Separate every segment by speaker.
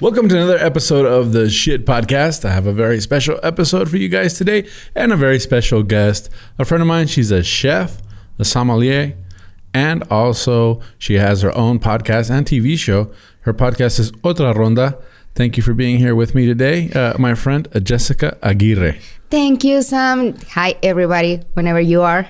Speaker 1: Welcome to another episode of the Shit Podcast. I have a very special episode for you guys today and a very special guest. A friend of mine, she's a chef, a sommelier, and also she has her own podcast and TV show. Her podcast is Otra Ronda. Thank you for being here with me today, uh, my friend uh, Jessica Aguirre.
Speaker 2: Thank you, Sam. Hi, everybody, whenever you are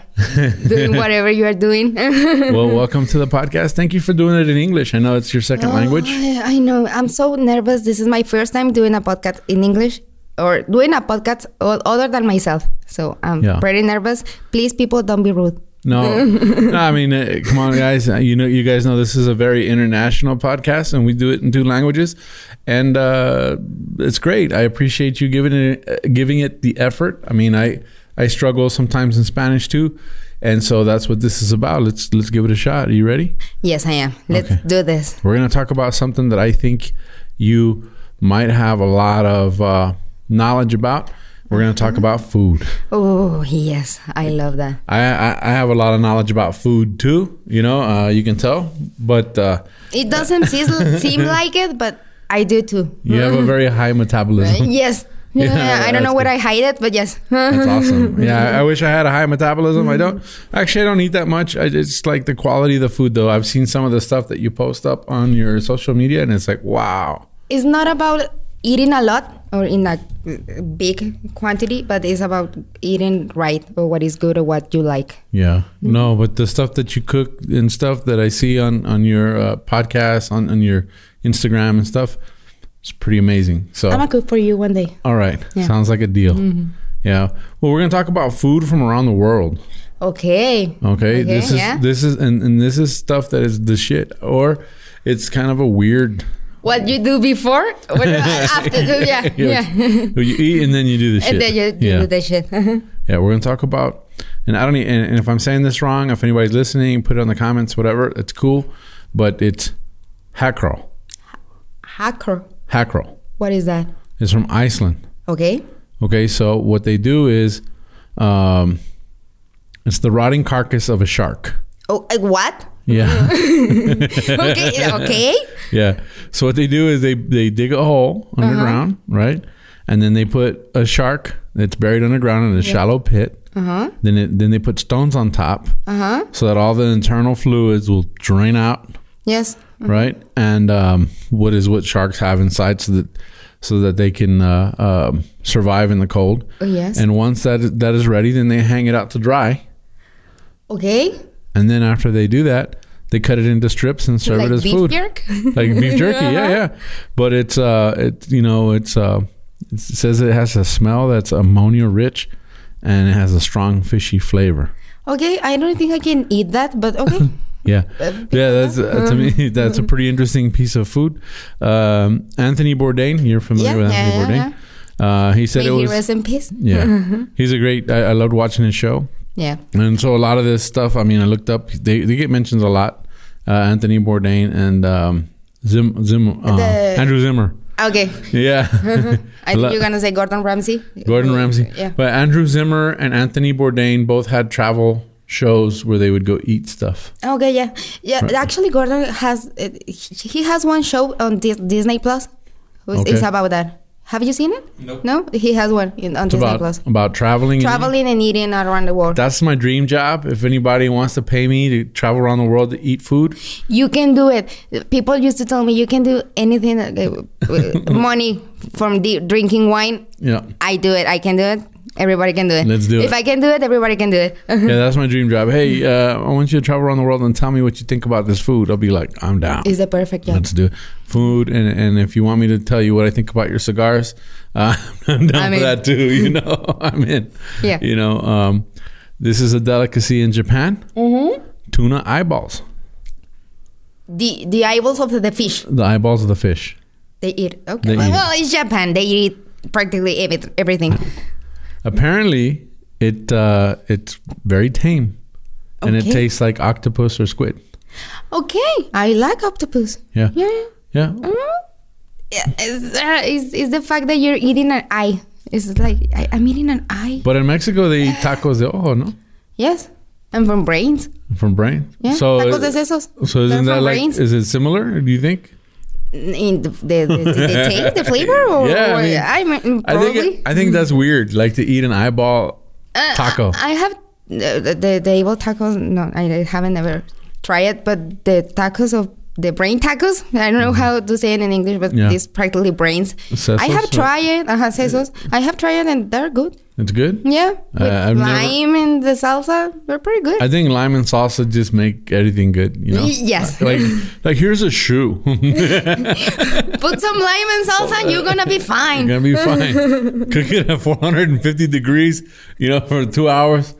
Speaker 2: doing whatever you are doing.
Speaker 1: Well, welcome to the podcast. Thank you for doing it in English. I know it's your second language.
Speaker 2: I, I know. I'm so nervous. This is my first time doing a podcast in English or doing a podcast o- other than myself. So I'm
Speaker 1: Yeah.
Speaker 2: pretty nervous. Please, people, don't be rude.
Speaker 1: No, no I mean, uh, come on, guys. Uh, You know, you guys know this is a very international podcast, and we do it in two languages, and uh, it's great. I appreciate you giving it uh, giving it the effort. I mean, I I struggle sometimes in Spanish too, and so that's what this is about. Let's let's give it a shot. Are you ready?
Speaker 2: Yes, I am. Let's
Speaker 1: Okay.
Speaker 2: do this.
Speaker 1: We're gonna talk about something that I think you might have a lot of uh, knowledge about. We're gonna talk about food.
Speaker 2: Oh, yes. I love that.
Speaker 1: I, I I have a lot of knowledge about food too. You know, uh, you can tell, but uh,
Speaker 2: It doesn't seem, seem like it, but I do too.
Speaker 1: you have a very high metabolism.
Speaker 2: Yes.
Speaker 1: Yeah,
Speaker 2: I don't
Speaker 1: that's
Speaker 2: know where
Speaker 1: good.
Speaker 2: I hide it, but yes.
Speaker 1: That's awesome. Yeah, I, I wish I had a high metabolism. I don't. Actually, I don't eat that much. I, it's like the quality of the food, though. I've seen some of the stuff that you post up on your social media, and it's like, wow.
Speaker 2: it's not about eating a lot or in a uh, big quantity, but it's about eating right or what is good or what you like.
Speaker 1: Yeah. No, but the stuff that you cook and stuff that I see on on your uh, podcast, on on your Instagram and stuff, it's pretty amazing. So
Speaker 2: I'm gonna cook for you one day.
Speaker 1: All right.
Speaker 2: Yeah. Mm-hmm.
Speaker 1: Sounds like a deal. Yeah. Well, we're gonna talk about food from around the world.
Speaker 2: Okay.
Speaker 1: Okay.
Speaker 2: Okay,
Speaker 1: this is
Speaker 2: yeah.
Speaker 1: this is and, and this is stuff that is the shit. Or it's kind of a weird
Speaker 2: What you do before? What you- after? Yeah. Yeah.
Speaker 1: you eat and then you do the shit.
Speaker 2: And then you, you
Speaker 1: yeah.
Speaker 2: do the shit.
Speaker 1: yeah, we're gonna talk about and I don't e- and, and if I'm saying this wrong, if anybody's listening, put it in the comments, whatever, it's cool. But it's hackerel.
Speaker 2: Hacker.
Speaker 1: Hackerel.
Speaker 2: What is that?
Speaker 1: It's from Iceland.
Speaker 2: Okay.
Speaker 1: Okay, so what they do is um, it's the rotting carcass of a shark.
Speaker 2: Oh, uh, what?
Speaker 1: Yeah.
Speaker 2: Okay. yeah, okay.
Speaker 1: yeah. So what they do is they they dig a hole underground,
Speaker 2: Uh-huh.
Speaker 1: right? And then they put a shark that's buried underground in a shallow pit. Uh-huh. Then it, then they put stones on top, uh-huh. so that all the internal fluids will drain out,
Speaker 2: Yes.
Speaker 1: right? And um, what is what sharks have inside, so that so that they can uh, um, survive in the cold.
Speaker 2: Oh, yes.
Speaker 1: And once that is- that is ready, then they hang it out to dry.
Speaker 2: Okay.
Speaker 1: And then after they do that, they cut it into strips and serve
Speaker 2: Like
Speaker 1: it as
Speaker 2: beef
Speaker 1: food
Speaker 2: jerk.
Speaker 1: like beef jerky. Yeah, yeah. But it's uh, it you know it's uh, it says it has a smell that's ammonia rich, and it has a strong fishy flavor.
Speaker 2: okay. I don't think I can eat that, but okay.
Speaker 1: Yeah, yeah. That's uh, to me that's a pretty interesting piece of food. Um, Anthony Bourdain, you're familiar
Speaker 2: Yeah,
Speaker 1: with
Speaker 2: yeah,
Speaker 1: Anthony
Speaker 2: yeah,
Speaker 1: Bourdain. Uh, he said
Speaker 2: May
Speaker 1: it
Speaker 2: he
Speaker 1: was
Speaker 2: rest in peace.
Speaker 1: yeah. He's a great. I, I loved watching his show.
Speaker 2: Yeah.
Speaker 1: And so a lot of this stuff, I mean, I looked up. They, they get mentioned a lot. Uh, Anthony Bourdain and um, Zim, Zim, uh,
Speaker 2: The-
Speaker 1: Andrew Zimmer.
Speaker 2: Okay.
Speaker 1: Yeah,
Speaker 2: I think
Speaker 1: Lo-
Speaker 2: you're gonna say Gordon Ramsay.
Speaker 1: Gordon Ramsay.
Speaker 2: Yeah.
Speaker 1: But Andrew Zimmer and Anthony Bourdain both had travel shows where they would go eat stuff.
Speaker 2: Okay. Yeah. Yeah. Actually, Gordon has uh, he he has one show on Dis- Disney Plus. Who's,
Speaker 1: Okay.
Speaker 2: It's about that. Have you seen it? No. No. He has one in, on
Speaker 1: It's
Speaker 2: Disney
Speaker 1: about
Speaker 2: Plus.
Speaker 1: about traveling. and eating.
Speaker 2: Traveling and eating around the world.
Speaker 1: That's my dream job. If anybody wants to pay me to travel around the world to eat food,
Speaker 2: you can do it. People used to tell me you can do anything. uh, uh, money from the, drinking wine.
Speaker 1: yeah,
Speaker 2: I do it. I can do it. Everybody can do it.
Speaker 1: Let's do
Speaker 2: if
Speaker 1: it.
Speaker 2: If I can do it, everybody can do it.
Speaker 1: yeah, that's my dream job. Hey, uh, I want you to travel around the world and tell me what you think about this food. I'll be like, I'm down.
Speaker 2: it's the perfect job.
Speaker 1: Let's do it. food, and and if you want me to tell you what I think about your cigars, uh, I'm down
Speaker 2: I'm
Speaker 1: for
Speaker 2: in.
Speaker 1: that too. You know, I'm in.
Speaker 2: Yeah.
Speaker 1: You know, um, this is a delicacy in Japan. Mm-hmm. Tuna eyeballs,
Speaker 2: The the eyeballs of the fish.
Speaker 1: the eyeballs of the fish.
Speaker 2: They eat. Okay.
Speaker 1: They
Speaker 2: well,
Speaker 1: eat.
Speaker 2: well, it's Japan. They eat practically every, everything.
Speaker 1: Apparently, It uh, it's very tame, and it
Speaker 2: Okay.
Speaker 1: tastes like octopus or squid.
Speaker 2: Okay, I like octopus.
Speaker 1: Yeah, yeah.
Speaker 2: Yeah. Mm. Yeah, It's, uh, it's, it's the fact that you're eating an eye. It's like I, I'm eating an eye.
Speaker 1: But in Mexico, they eat tacos de ojo, no,
Speaker 2: Yes, and from brains.
Speaker 1: from brain.
Speaker 2: Yeah,
Speaker 1: So
Speaker 2: tacos de sesos.
Speaker 1: so
Speaker 2: They're
Speaker 1: isn't
Speaker 2: from
Speaker 1: that like?
Speaker 2: brains.
Speaker 1: Is it similar? Do you think?
Speaker 2: in the, the, the, the taste, the flavor, or
Speaker 1: Yeah,
Speaker 2: or-
Speaker 1: I
Speaker 2: I mean,
Speaker 1: I
Speaker 2: probably.
Speaker 1: think it, I think that's weird. Like to eat an eyeball
Speaker 2: Uh,
Speaker 1: taco.
Speaker 2: I have uh, the the, the evil tacos. No, I haven't ever tried it, but the tacos of the brain tacos. I don't know how to say it in English, but
Speaker 1: Mm-hmm. Yeah.
Speaker 2: it's practically brains.
Speaker 1: Sesos,
Speaker 2: I have
Speaker 1: right?
Speaker 2: tried it. Uh, sesos. I have tried it, and they're good.
Speaker 1: it's good.
Speaker 2: Yeah,
Speaker 1: Uh,
Speaker 2: with
Speaker 1: I've never-
Speaker 2: lime and the salsa, they're pretty good.
Speaker 1: I think lime and salsa just make everything good. You know.
Speaker 2: Y- yes.
Speaker 1: Like like here's a shoe.
Speaker 2: Put some lime and salsa, and you're gonna be fine.
Speaker 1: You're gonna be fine. Cook it at 450 degrees, you know, for two hours.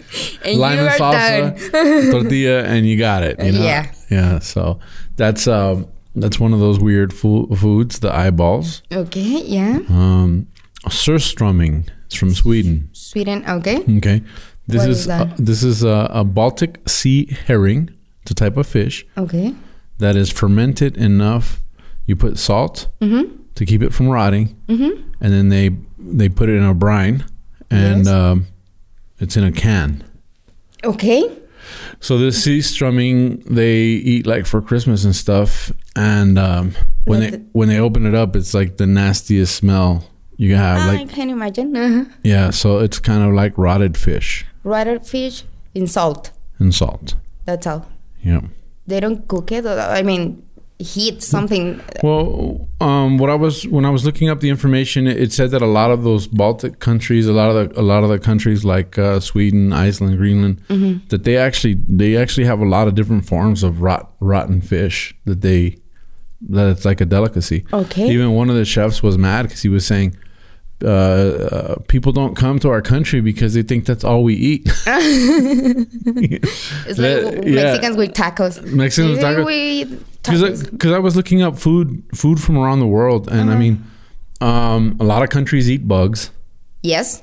Speaker 2: And
Speaker 1: Lime
Speaker 2: you
Speaker 1: and
Speaker 2: are
Speaker 1: salsa, tortilla, and you got it. You know?
Speaker 2: Yeah.
Speaker 1: yeah. So that's um, that's one of those weird foo- foods, the eyeballs.
Speaker 2: okay, yeah,
Speaker 1: Um, surströmming. It's from Sweden.
Speaker 2: Sweden. Okay,
Speaker 1: Okay, this
Speaker 2: What
Speaker 1: is
Speaker 2: is that?
Speaker 1: uh, this is a, a Baltic Sea herring. It's a type of fish
Speaker 2: okay,
Speaker 1: that is fermented enough. You put salt
Speaker 2: Mm-hmm.
Speaker 1: to keep it from rotting, and then they they put it in a brine, and
Speaker 2: Yes.
Speaker 1: um, it's in a can.
Speaker 2: okay.
Speaker 1: So this sea strumming they eat like for Christmas and stuff, and um, when
Speaker 2: With
Speaker 1: they
Speaker 2: the-
Speaker 1: when they open it up, it's like the nastiest smell you can have.
Speaker 2: I
Speaker 1: Like
Speaker 2: can imagine. Uh-huh.
Speaker 1: yeah, so it's kind of like rotted fish
Speaker 2: Rotted fish in salt.
Speaker 1: and salt.
Speaker 2: That's all.
Speaker 1: Yeah.
Speaker 2: They don't cook it. or- I mean, heat something.
Speaker 1: Well, um, what I was when I was looking up the information, it said that a lot of those Baltic countries, a lot of the, a lot of the countries like uh, Sweden, Iceland, Greenland,
Speaker 2: Mm-hmm.
Speaker 1: that they actually they actually have a lot of different forms of rot, rotten fish that they that it's like a delicacy.
Speaker 2: Okay.
Speaker 1: Even one of the chefs was mad because he was saying. Uh, uh, people don't come to our country because they think that's all we eat.
Speaker 2: It's
Speaker 1: That-
Speaker 2: like
Speaker 1: yeah.
Speaker 2: Mexicans with tacos.
Speaker 1: Mexicans with
Speaker 2: Usually
Speaker 1: tacos.
Speaker 2: We eat tacos. Uh-huh.
Speaker 1: because I, was looking up food food from around the world, and I mean, um, a lot of countries eat bugs.
Speaker 2: yes,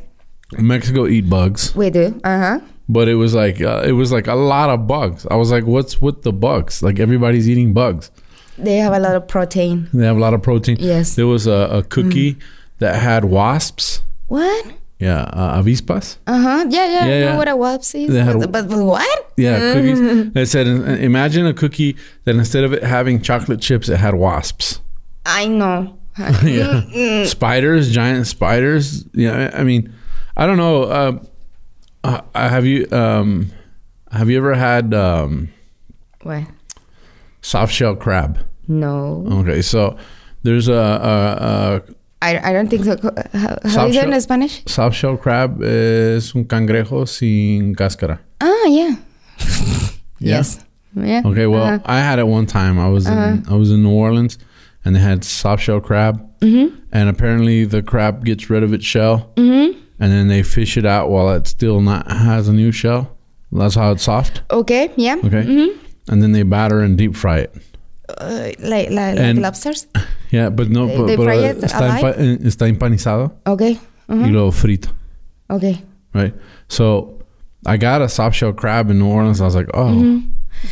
Speaker 1: Mexico eat bugs,
Speaker 2: we do. Uh huh.
Speaker 1: but it was like uh, it was like a lot of bugs. I was like, what's with the bugs? Like everybody's eating bugs.
Speaker 2: They have a lot of protein.
Speaker 1: They have a lot of protein.
Speaker 2: Yes. Mm.
Speaker 1: There was a, a cookie that had wasps.
Speaker 2: What?
Speaker 1: Yeah, uh, avispas.
Speaker 2: Uh huh. Yeah, yeah. I
Speaker 1: Yeah,
Speaker 2: know
Speaker 1: yeah.
Speaker 2: what a wasp is.
Speaker 1: They had-
Speaker 2: But, but, but what?
Speaker 1: Yeah,
Speaker 2: Mm.
Speaker 1: cookies. They said, "I- imagine a cookie that instead of it having chocolate chips, it had wasps.
Speaker 2: I know.
Speaker 1: yeah. Spiders, giant spiders. Yeah, I I mean, I don't know. Uh, uh, have you um, have you ever had um,
Speaker 2: what?
Speaker 1: soft shell crab?
Speaker 2: No,
Speaker 1: Okay, so there's a, a,
Speaker 2: I, I don't think so. How, how
Speaker 1: Soft
Speaker 2: is it
Speaker 1: shell?
Speaker 2: in Spanish?
Speaker 1: a soft shell crab is un cangrejo sin cáscara.
Speaker 2: Ah, yeah.
Speaker 1: Yeah?
Speaker 2: Yes. Yeah.
Speaker 1: Okay, well,
Speaker 2: Uh-huh.
Speaker 1: I had it one time. I was in, I was in New Orleans, and they had soft shell crab,
Speaker 2: Mm-hmm.
Speaker 1: and apparently the crab gets rid of its shell,
Speaker 2: Mm-hmm.
Speaker 1: and then they fish it out while it still not has a new shell. That's how it's soft.
Speaker 2: Okay. Yeah. Mm-hmm.
Speaker 1: Okay, and then they batter and deep fry it.
Speaker 2: Uh, like like, like
Speaker 1: And-
Speaker 2: lobsters.
Speaker 1: Yeah, but no,
Speaker 2: They-
Speaker 1: but,
Speaker 2: they
Speaker 1: but
Speaker 2: fry
Speaker 1: uh,
Speaker 2: it
Speaker 1: está, empa- está empanizado
Speaker 2: Okay.
Speaker 1: y
Speaker 2: Uh-huh.
Speaker 1: luego frito.
Speaker 2: Okay.
Speaker 1: right? So I got a soft shell crab in New Orleans. I was like, oh,
Speaker 2: Mm-hmm.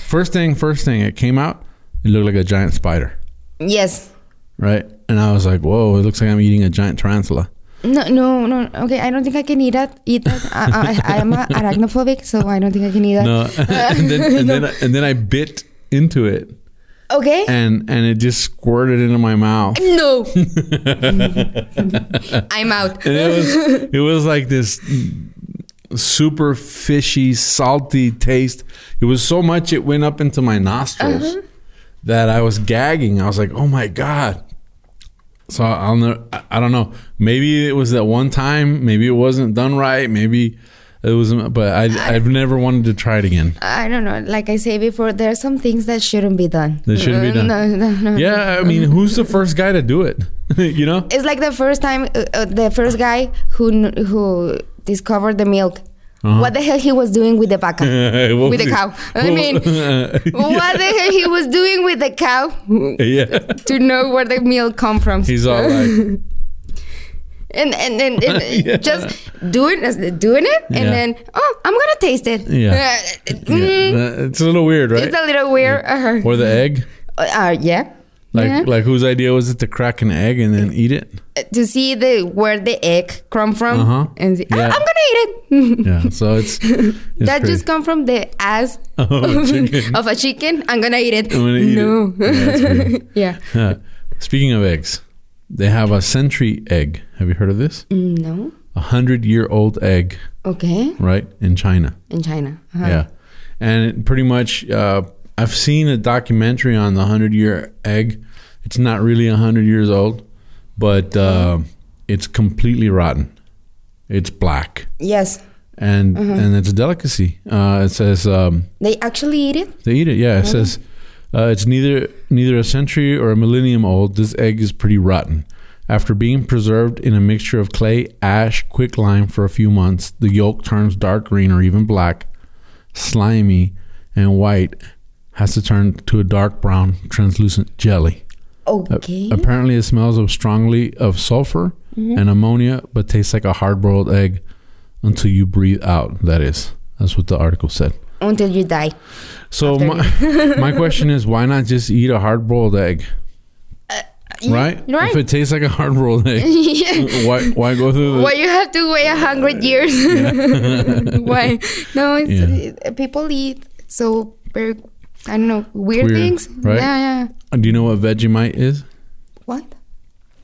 Speaker 1: first thing, first thing, it came out. It looked like a giant spider,
Speaker 2: Yes.
Speaker 1: right? And I was like, whoa, it looks like I'm eating a giant tarantula.
Speaker 2: No, no, no. Okay, I don't think I can eat that. Eat that. I, I, I am a arachnophobic, so I don't think I can eat that.
Speaker 1: No, and then and then and then I bit into it,
Speaker 2: Okay.
Speaker 1: and and it just squirted into my mouth.
Speaker 2: no. I'm out.
Speaker 1: And it was it was like this super fishy, salty taste. It was so much it went up into my nostrils that I was gagging. I was like, "Oh my god!" So I'll ne- I- I don't know. Maybe it was that one time. Maybe it wasn't done right. Maybe it was. But I I've never wanted to try it again.
Speaker 2: I don't know. Like I say before, there are some things that shouldn't be done.
Speaker 1: That shouldn't be done.
Speaker 2: No, no, no.
Speaker 1: Yeah, I
Speaker 2: Mm-hmm.
Speaker 1: mean, who's the first guy to do it? you know?
Speaker 2: It's like the first time, uh, uh, the first guy who kn- who discovered the milk.
Speaker 1: Uh-huh.
Speaker 2: What the hell he was doing with the vaca?
Speaker 1: What
Speaker 2: With the
Speaker 1: was-
Speaker 2: cow. I
Speaker 1: what-
Speaker 2: mean, what the hell he was doing with the cow
Speaker 1: yeah.
Speaker 2: to know where the milk come from?
Speaker 1: He's all like,
Speaker 2: and and and, and
Speaker 1: Yeah.
Speaker 2: just doing doing it, and
Speaker 1: Yeah.
Speaker 2: then oh, I'm gonna taste it.
Speaker 1: Yeah.
Speaker 2: Uh, mm,
Speaker 1: Yeah. It's a little weird, right?
Speaker 2: It's a little weird. Uh,
Speaker 1: or the egg.
Speaker 2: uh, yeah.
Speaker 1: Like
Speaker 2: yeah.
Speaker 1: like whose idea was it to crack an egg and then eat it?
Speaker 2: to see the where the egg come from,
Speaker 1: Uh-huh.
Speaker 2: and see, "Ah,
Speaker 1: Yeah.
Speaker 2: I'm gonna eat it.
Speaker 1: Yeah. So it's, it's
Speaker 2: that
Speaker 1: crazy.
Speaker 2: just come from the ass
Speaker 1: Oh, chicken.
Speaker 2: of a chicken. I'm gonna eat it.
Speaker 1: I'm gonna eat it.
Speaker 2: no.
Speaker 1: Yeah, that's weird.
Speaker 2: Yeah.
Speaker 1: Yeah. Speaking of eggs, they have a century egg. Have you heard of this?
Speaker 2: Mm, No.
Speaker 1: A hundred year old egg,
Speaker 2: Okay.
Speaker 1: right? In China.
Speaker 2: In China. Uh-huh.
Speaker 1: Yeah. And it pretty much, uh, I've seen a documentary on the 100 year egg. It's not really 100 years old, but uh, it's completely rotten. It's black.
Speaker 2: Yes.
Speaker 1: And and it's a delicacy. Uh, it says um,
Speaker 2: They actually eat it.
Speaker 1: they eat it. Yeah, it says uh, it's neither neither a century or a millennium old. This egg is pretty rotten. After being preserved in a mixture of clay, ash, quicklime for a few months, the yolk turns dark green or even black, slimy, and white. Has to turn to a dark brown, translucent jelly. Uh,
Speaker 2: Okay.
Speaker 1: Apparently, it smells of strongly of sulfur and ammonia, but tastes like a hard-boiled egg until you breathe out. That is, that's what the article said.
Speaker 2: Until you die.
Speaker 1: So
Speaker 2: After
Speaker 1: my, my question is, why not just eat a hard boiled egg,
Speaker 2: You-
Speaker 1: right?
Speaker 2: you're Right.
Speaker 1: If it tastes like a hard boiled egg, why why go through?
Speaker 2: Why
Speaker 1: The,
Speaker 2: you have to wait a hundred years? Why? No, it's, it- people eat so very, I don't know, weird,
Speaker 1: Weird,
Speaker 2: things.
Speaker 1: right?
Speaker 2: Yeah, yeah.
Speaker 1: do you know what Vegemite is?
Speaker 2: What?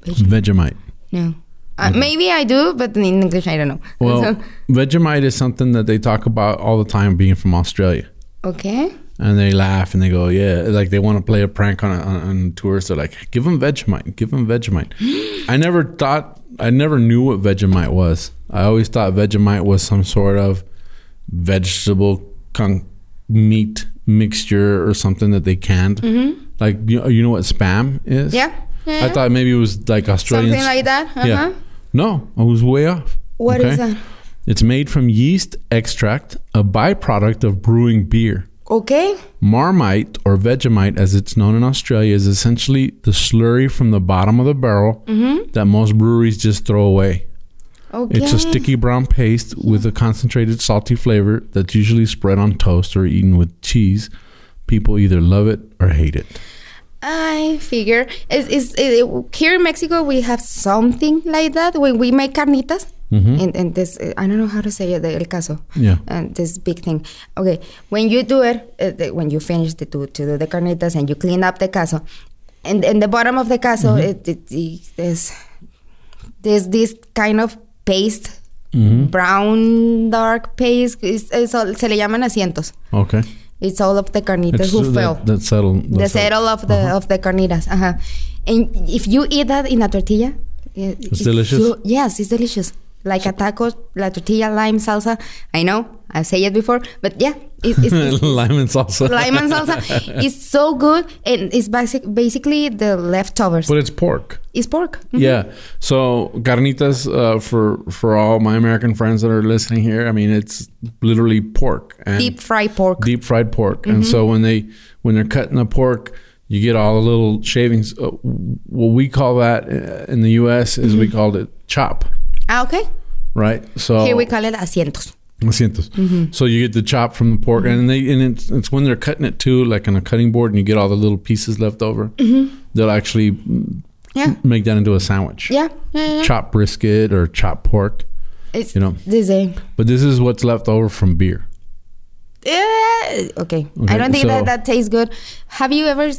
Speaker 1: Vegemite.
Speaker 2: No. Uh, maybe I do, but in English I don't know.
Speaker 1: Mm-hmm. Well,
Speaker 2: So-
Speaker 1: Vegemite is something that they talk about all the time, being from Australia,
Speaker 2: okay.
Speaker 1: and they laugh and they go, "Yeah," like they want to play a prank on a, on, on tourists. They're like, "Give them Vegemite, give them Vegemite." I never thought, I never knew what Vegemite was. I always thought Vegemite was some sort of vegetable con- meat mixture or something that they canned. Like you, you know what spam is?
Speaker 2: Mm-hmm. Yeah. yeah.
Speaker 1: I thought maybe it was like Australian.
Speaker 2: something like that. Uh-huh.
Speaker 1: Yeah. No, I was way off.
Speaker 2: What is that?
Speaker 1: It's made from yeast extract, a byproduct of brewing beer.
Speaker 2: Okay.
Speaker 1: Marmite, or Vegemite as it's known in Australia, is essentially the slurry from the bottom of the barrel
Speaker 2: Mm-hmm.
Speaker 1: that most breweries just throw away.
Speaker 2: Okay.
Speaker 1: It's a sticky brown paste with a concentrated salty flavor that's usually spread on toast or eaten with cheese. People either love it or hate it.
Speaker 2: I figure. Is is it, here in Mexico we have something like that when we make carnitas.
Speaker 1: Mm-hmm.
Speaker 2: And, and this uh, I don't know how to say it. the- El caso.
Speaker 1: Yeah.
Speaker 2: And Uh, this big thing. Okay. When you do it, uh, the- when you finish the to, to do the carnitas and you clean up the caso, and and the bottom of the caso it, it, it is there's this kind of paste. Brown dark paste is, is all- se le llaman asientos.
Speaker 1: Okay.
Speaker 2: It's all of the carnitas
Speaker 1: It's- uh,
Speaker 2: who
Speaker 1: that,
Speaker 2: fell
Speaker 1: That settle,
Speaker 2: the
Speaker 1: that settle.
Speaker 2: settle of the of the carnitas. Uh-huh. And if you eat that in a tortilla, it- it's,
Speaker 1: delicious?
Speaker 2: so- yes, it's delicious. Like a taco, la tortilla, lime salsa. I know I've said it before, but yeah, it, it's, it's
Speaker 1: Lime and salsa.
Speaker 2: lime and salsa. It's so good, and it's basic, basically the leftovers.
Speaker 1: But it's pork.
Speaker 2: It's pork.
Speaker 1: Yeah. So carnitas uh, for for all my American friends that are listening here. I mean, it's literally pork and
Speaker 2: Deep fried pork.
Speaker 1: deep fried pork. And
Speaker 2: Mm-hmm.
Speaker 1: so when they when they're cutting the pork, you get all the little shavings. Uh, what we call that uh, in the U.S. is we called it chop,
Speaker 2: Ah, okay.
Speaker 1: right? So
Speaker 2: Mm-hmm. Here we Mm-hmm. call it asientos.
Speaker 1: Asientos. So you get the chop from the pork,
Speaker 2: Mm-hmm.
Speaker 1: and they and it's, it's when they're cutting it too, like on a cutting board, and you get all the little pieces left over. They'll actually mm,
Speaker 2: Mm-hmm. Yeah.
Speaker 1: make that into a sandwich.
Speaker 2: Yeah, yeah, yeah.
Speaker 1: Chopped brisket or chopped pork,
Speaker 2: It's
Speaker 1: you know.
Speaker 2: the same.
Speaker 1: But this is what's left over from beer.
Speaker 2: Eh, okay. I don't think
Speaker 1: so-
Speaker 2: that that tastes good. Have you ever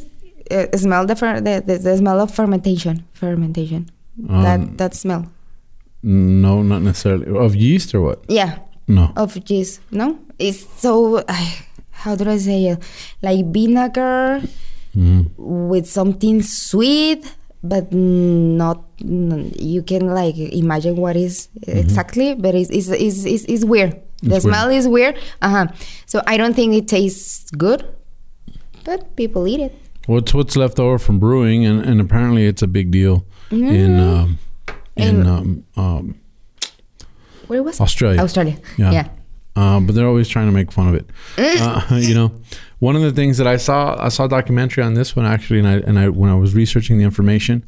Speaker 2: uh, smelled the, fer- the, the the smell of fermentation? Fermentation. that that smell.
Speaker 1: No, not necessarily of yeast or what.
Speaker 2: Yeah.
Speaker 1: No.
Speaker 2: Of cheese. No. It's so. how do I say it? Like vinegar
Speaker 1: Mm-hmm.
Speaker 2: with something sweet, but not. n- You can like imagine what is exactly, but it's it's it's, it's, it's weird. The
Speaker 1: Mm-hmm. It's weird.
Speaker 2: smell is weird. Uh huh. So I don't think it tastes good, but people eat it.
Speaker 1: What's what's left over from brewing, and, and apparently it's a big deal in um, in
Speaker 2: And-
Speaker 1: um, um,
Speaker 2: Where was it?
Speaker 1: Australia.
Speaker 2: Australia?
Speaker 1: Yeah.
Speaker 2: yeah.
Speaker 1: Uh, but they're always trying to make fun of it. Uh, you know, one of the things that I saw, I saw a documentary on this one actually, and I, and I when I was researching the information,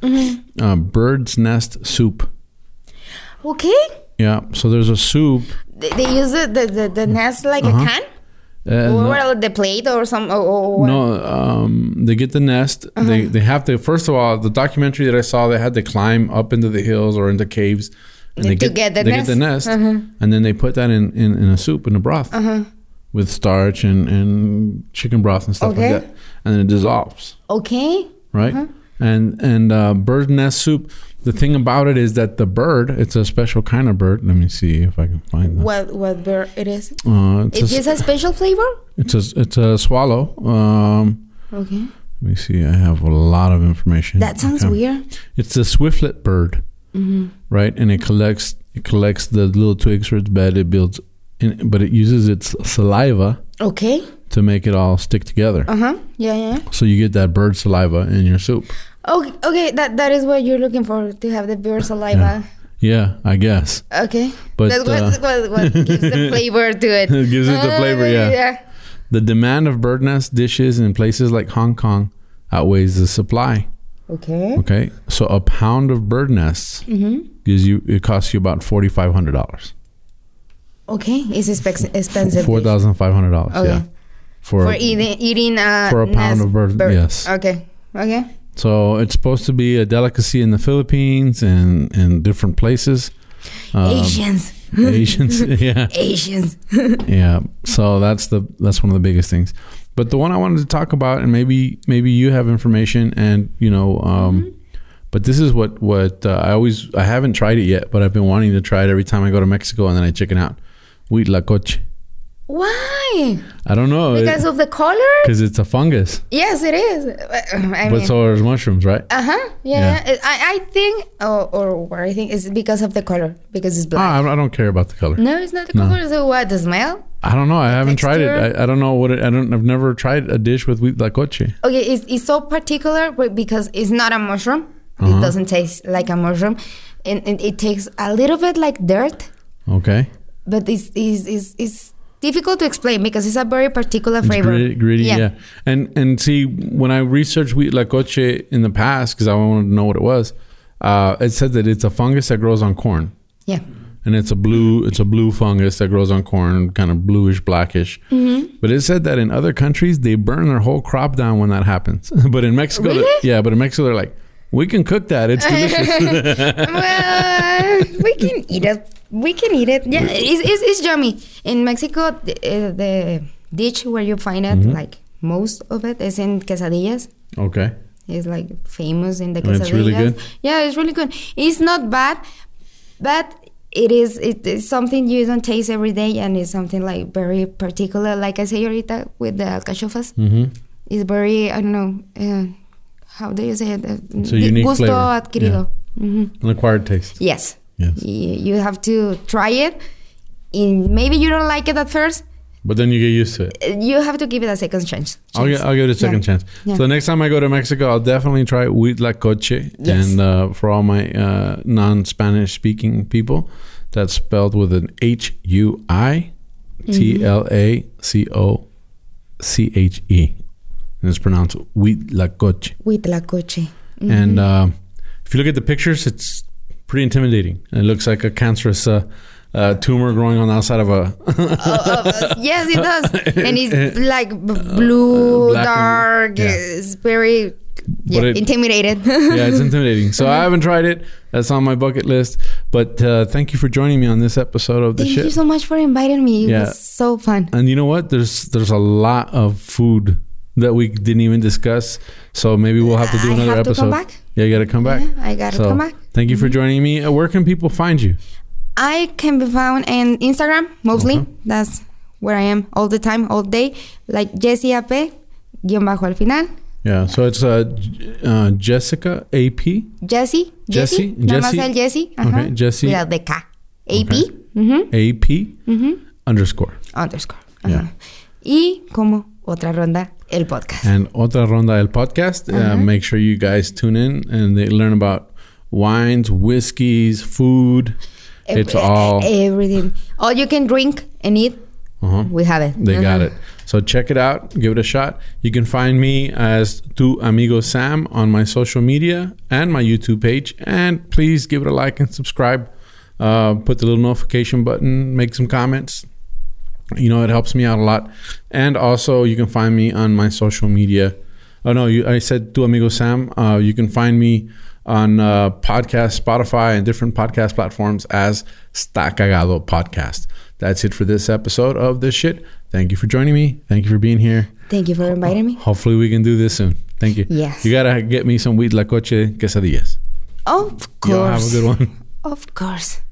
Speaker 1: uh, bird's nest soup.
Speaker 2: Okay.
Speaker 1: Yeah. So there's a soup.
Speaker 2: They, they use the, the, the, the nest like a can?
Speaker 1: uh,
Speaker 2: or
Speaker 1: no-
Speaker 2: well, the plate or some. Or, or what? Uh-huh.
Speaker 1: No, um, they get the nest. They they have to first of all the documentary that I saw. They had to climb up into the hills or into caves, and
Speaker 2: To
Speaker 1: they get,
Speaker 2: get the
Speaker 1: they get the
Speaker 2: nest. Uh-huh.
Speaker 1: nest, and then they put that in, in, in a soup in a broth with starch and, and chicken broth and stuff
Speaker 2: Okay. Uh-huh.
Speaker 1: like that, and then it dissolves,
Speaker 2: Okay.
Speaker 1: right? And and uh, bird nest soup. The thing about it is that the bird, it's a special kind of bird. Let me see if I can find that.
Speaker 2: What what bird it is?
Speaker 1: Uh, it's,
Speaker 2: It
Speaker 1: a,
Speaker 2: is a special flavor.
Speaker 1: it's a it's a swallow. Um,
Speaker 2: Okay.
Speaker 1: Let me see. I have a lot of information.
Speaker 2: That sounds
Speaker 1: Okay.
Speaker 2: weird. Mm-hmm.
Speaker 1: It's a swiftlet bird, right? And it collects it collects the little twigs for its bed. It builds, in, but it uses its saliva
Speaker 2: Okay.
Speaker 1: to make it all stick together.
Speaker 2: Uh huh. Yeah, yeah. yeah.
Speaker 1: So you get that bird saliva in your soup.
Speaker 2: Okay. Okay. That that is what you're looking for to have the beer saliva.
Speaker 1: Yeah, I guess
Speaker 2: Okay.
Speaker 1: But,
Speaker 2: That's
Speaker 1: uh,
Speaker 2: what, what, what gives the flavor to it.
Speaker 1: It gives it the
Speaker 2: Ah,
Speaker 1: flavor, yeah. the demand of bird nest dishes in places like Hong Kong outweighs the supply.
Speaker 2: Okay.
Speaker 1: Okay, so a pound of bird nests
Speaker 2: Mm-hmm.
Speaker 1: gives you it costs you about forty five hundred dollars.
Speaker 2: Okay. It's expex- expensive.
Speaker 1: Four thousand five hundred dollars.
Speaker 2: Okay.
Speaker 1: Yeah. For,
Speaker 2: for eating eating uh,
Speaker 1: for a pound
Speaker 2: nest
Speaker 1: of bird- yes.
Speaker 2: Okay. Okay.
Speaker 1: So it's supposed to be a delicacy in the Philippines and in different places. Um,
Speaker 2: Asians.
Speaker 1: Asians, yeah,
Speaker 2: Asians.
Speaker 1: yeah. So that's the that's one of the biggest things. But the one I wanted to talk about, and maybe maybe you have information, and you know, um,
Speaker 2: Mm-hmm.
Speaker 1: but this is what what uh, I always I haven't tried it yet, but I've been wanting to try it every time I go to Mexico, and then I chicken out. Wheat la coche.
Speaker 2: Why?
Speaker 1: I don't know
Speaker 2: Because of the color?
Speaker 1: because it's a fungus,
Speaker 2: Yes, it is. Uh, I
Speaker 1: but
Speaker 2: mean,
Speaker 1: so are mushrooms, right?
Speaker 2: uh huh. Yeah, yeah. I, I think, oh, or what I think is because of the color, because it's black.
Speaker 1: Ah, I I don't care about the color.
Speaker 2: no, it's not the color. So what? The smell?
Speaker 1: I don't know. I haven't tried it.
Speaker 2: texture?
Speaker 1: I, I don't know what it, I don't. I've never tried a dish with wheat la coche.
Speaker 2: Okay, it's, it's so particular but because it's not a mushroom. It doesn't taste like a mushroom, and, and it tastes a little bit like dirt.
Speaker 1: Okay,
Speaker 2: But it's it's, it's, it's difficult to explain because it's a very particular flavor.
Speaker 1: Gritty, gritty yeah. And and see, when I researched wheat la coche in the past, because I wanted to know what it was, uh, it said that it's a fungus that grows on corn,
Speaker 2: yeah.
Speaker 1: and it's a blue. It's a blue fungus that grows on corn, kind of bluish, blackish.
Speaker 2: Mm-hmm.
Speaker 1: But it said that in other countries they burn their whole crop down when that happens. but in Mexico, they're-
Speaker 2: Really?
Speaker 1: yeah, but in Mexico they're like, we can cook that. It's delicious.
Speaker 2: well, we can eat it. We can eat it. Yeah, it's, it's, it's yummy. In Mexico, the, uh, the dish where you find it,
Speaker 1: Mm-hmm.
Speaker 2: like most of it, is in quesadillas.
Speaker 1: okay.
Speaker 2: It's like famous in the
Speaker 1: And
Speaker 2: quesadillas.
Speaker 1: it's really good?
Speaker 2: Yeah, it's really good. It's not bad, but it is it is something you don't taste every day, and it's something like very particular. Like I say, ahorita with the alcachofas,
Speaker 1: Mm-hmm.
Speaker 2: it's very I don't know uh, how do you say it. Uh,
Speaker 1: It's a unique
Speaker 2: gusto
Speaker 1: flavor.
Speaker 2: adquirido. hmm
Speaker 1: An acquired taste.
Speaker 2: Yes.
Speaker 1: Yes.
Speaker 2: You, you have to try it. In, maybe you don't like it at first.
Speaker 1: But then you get used to it.
Speaker 2: Uh, You have to give it a second chance.
Speaker 1: I'll
Speaker 2: chance.
Speaker 1: get, I'll give it a second
Speaker 2: Yeah.
Speaker 1: chance.
Speaker 2: Yeah.
Speaker 1: So next time I go to Mexico, I'll definitely try huitlacoche. la coche.
Speaker 2: Yes.
Speaker 1: And uh, for all my uh, non-Spanish speaking people, that's spelled with an H U I T L A C O C H E, and it's pronounced huitlacoche. la coche.
Speaker 2: With la coche.
Speaker 1: And uh, if you look at the pictures, it's pretty intimidating. It looks like a cancerous uh, uh, tumor growing on the outside of a
Speaker 2: Oh, yes, it does. And it's like b- blue,
Speaker 1: Uh, black and-
Speaker 2: dark.
Speaker 1: yeah.
Speaker 2: It's very yeah,
Speaker 1: it-
Speaker 2: intimidated.
Speaker 1: yeah, it's intimidating. So I haven't tried it. That's on my bucket list. But uh, thank you for joining me on this episode of the
Speaker 2: Thank
Speaker 1: ship.
Speaker 2: you so much for inviting me. It
Speaker 1: Yeah.
Speaker 2: was so fun.
Speaker 1: and you know what? There's there's a lot of food that we didn't even discuss. So maybe we'll have to do
Speaker 2: I
Speaker 1: another
Speaker 2: have to
Speaker 1: episode.
Speaker 2: come back.
Speaker 1: Yeah, you got to come back.
Speaker 2: Yeah, I gotta
Speaker 1: So
Speaker 2: come back. Mm-hmm.
Speaker 1: Thank you for joining me. Uh, Where can people find you?
Speaker 2: I can be found on Instagram mostly.
Speaker 1: Uh-huh.
Speaker 2: That's where I am all the time, all day. Like Jessie AP, guión bajo al final.
Speaker 1: Yeah, so it's uh, J- uh, Jessica AP.
Speaker 2: Jesse.
Speaker 1: Jesse,
Speaker 2: Nada más
Speaker 1: Jesse.
Speaker 2: el Jesse. Ajá.
Speaker 1: Okay, Jesse.
Speaker 2: Without the K. AP.
Speaker 1: Okay.
Speaker 2: ujú,
Speaker 1: AP
Speaker 2: Mm-hmm.
Speaker 1: underscore.
Speaker 2: Underscore. Ajá.
Speaker 1: Yeah.
Speaker 2: Y como otra ronda, el podcast.
Speaker 1: and Otra Ronda El Podcast. uh make sure you guys tune in and they learn about wines, whiskeys, food. It's all.
Speaker 2: everything. All you can drink and eat,
Speaker 1: Uh-huh.
Speaker 2: we have it.
Speaker 1: They got
Speaker 2: Uh-huh.
Speaker 1: it. So check it out. Give it a shot. You can find me as Tu Amigo Sam on my social media and my YouTube page. And please give it a like and subscribe. uh, put the little notification button, make some comments. You know, it helps me out a lot. And also, you can find me on my social media. Oh no, you, I said tu amigo Sam. Uh, you can find me on uh, podcast, Spotify, and different podcast platforms as Sta Cagado Podcast. That's it for this episode of this shit. Thank you for joining me. Thank you for being here.
Speaker 2: Thank you for inviting me.
Speaker 1: Hopefully, we can do this soon. Thank you.
Speaker 2: Yes.
Speaker 1: You gotta get me some wheat la coche quesadillas.
Speaker 2: Of
Speaker 1: Y'all have a
Speaker 2: course.
Speaker 1: good one.
Speaker 2: Of course.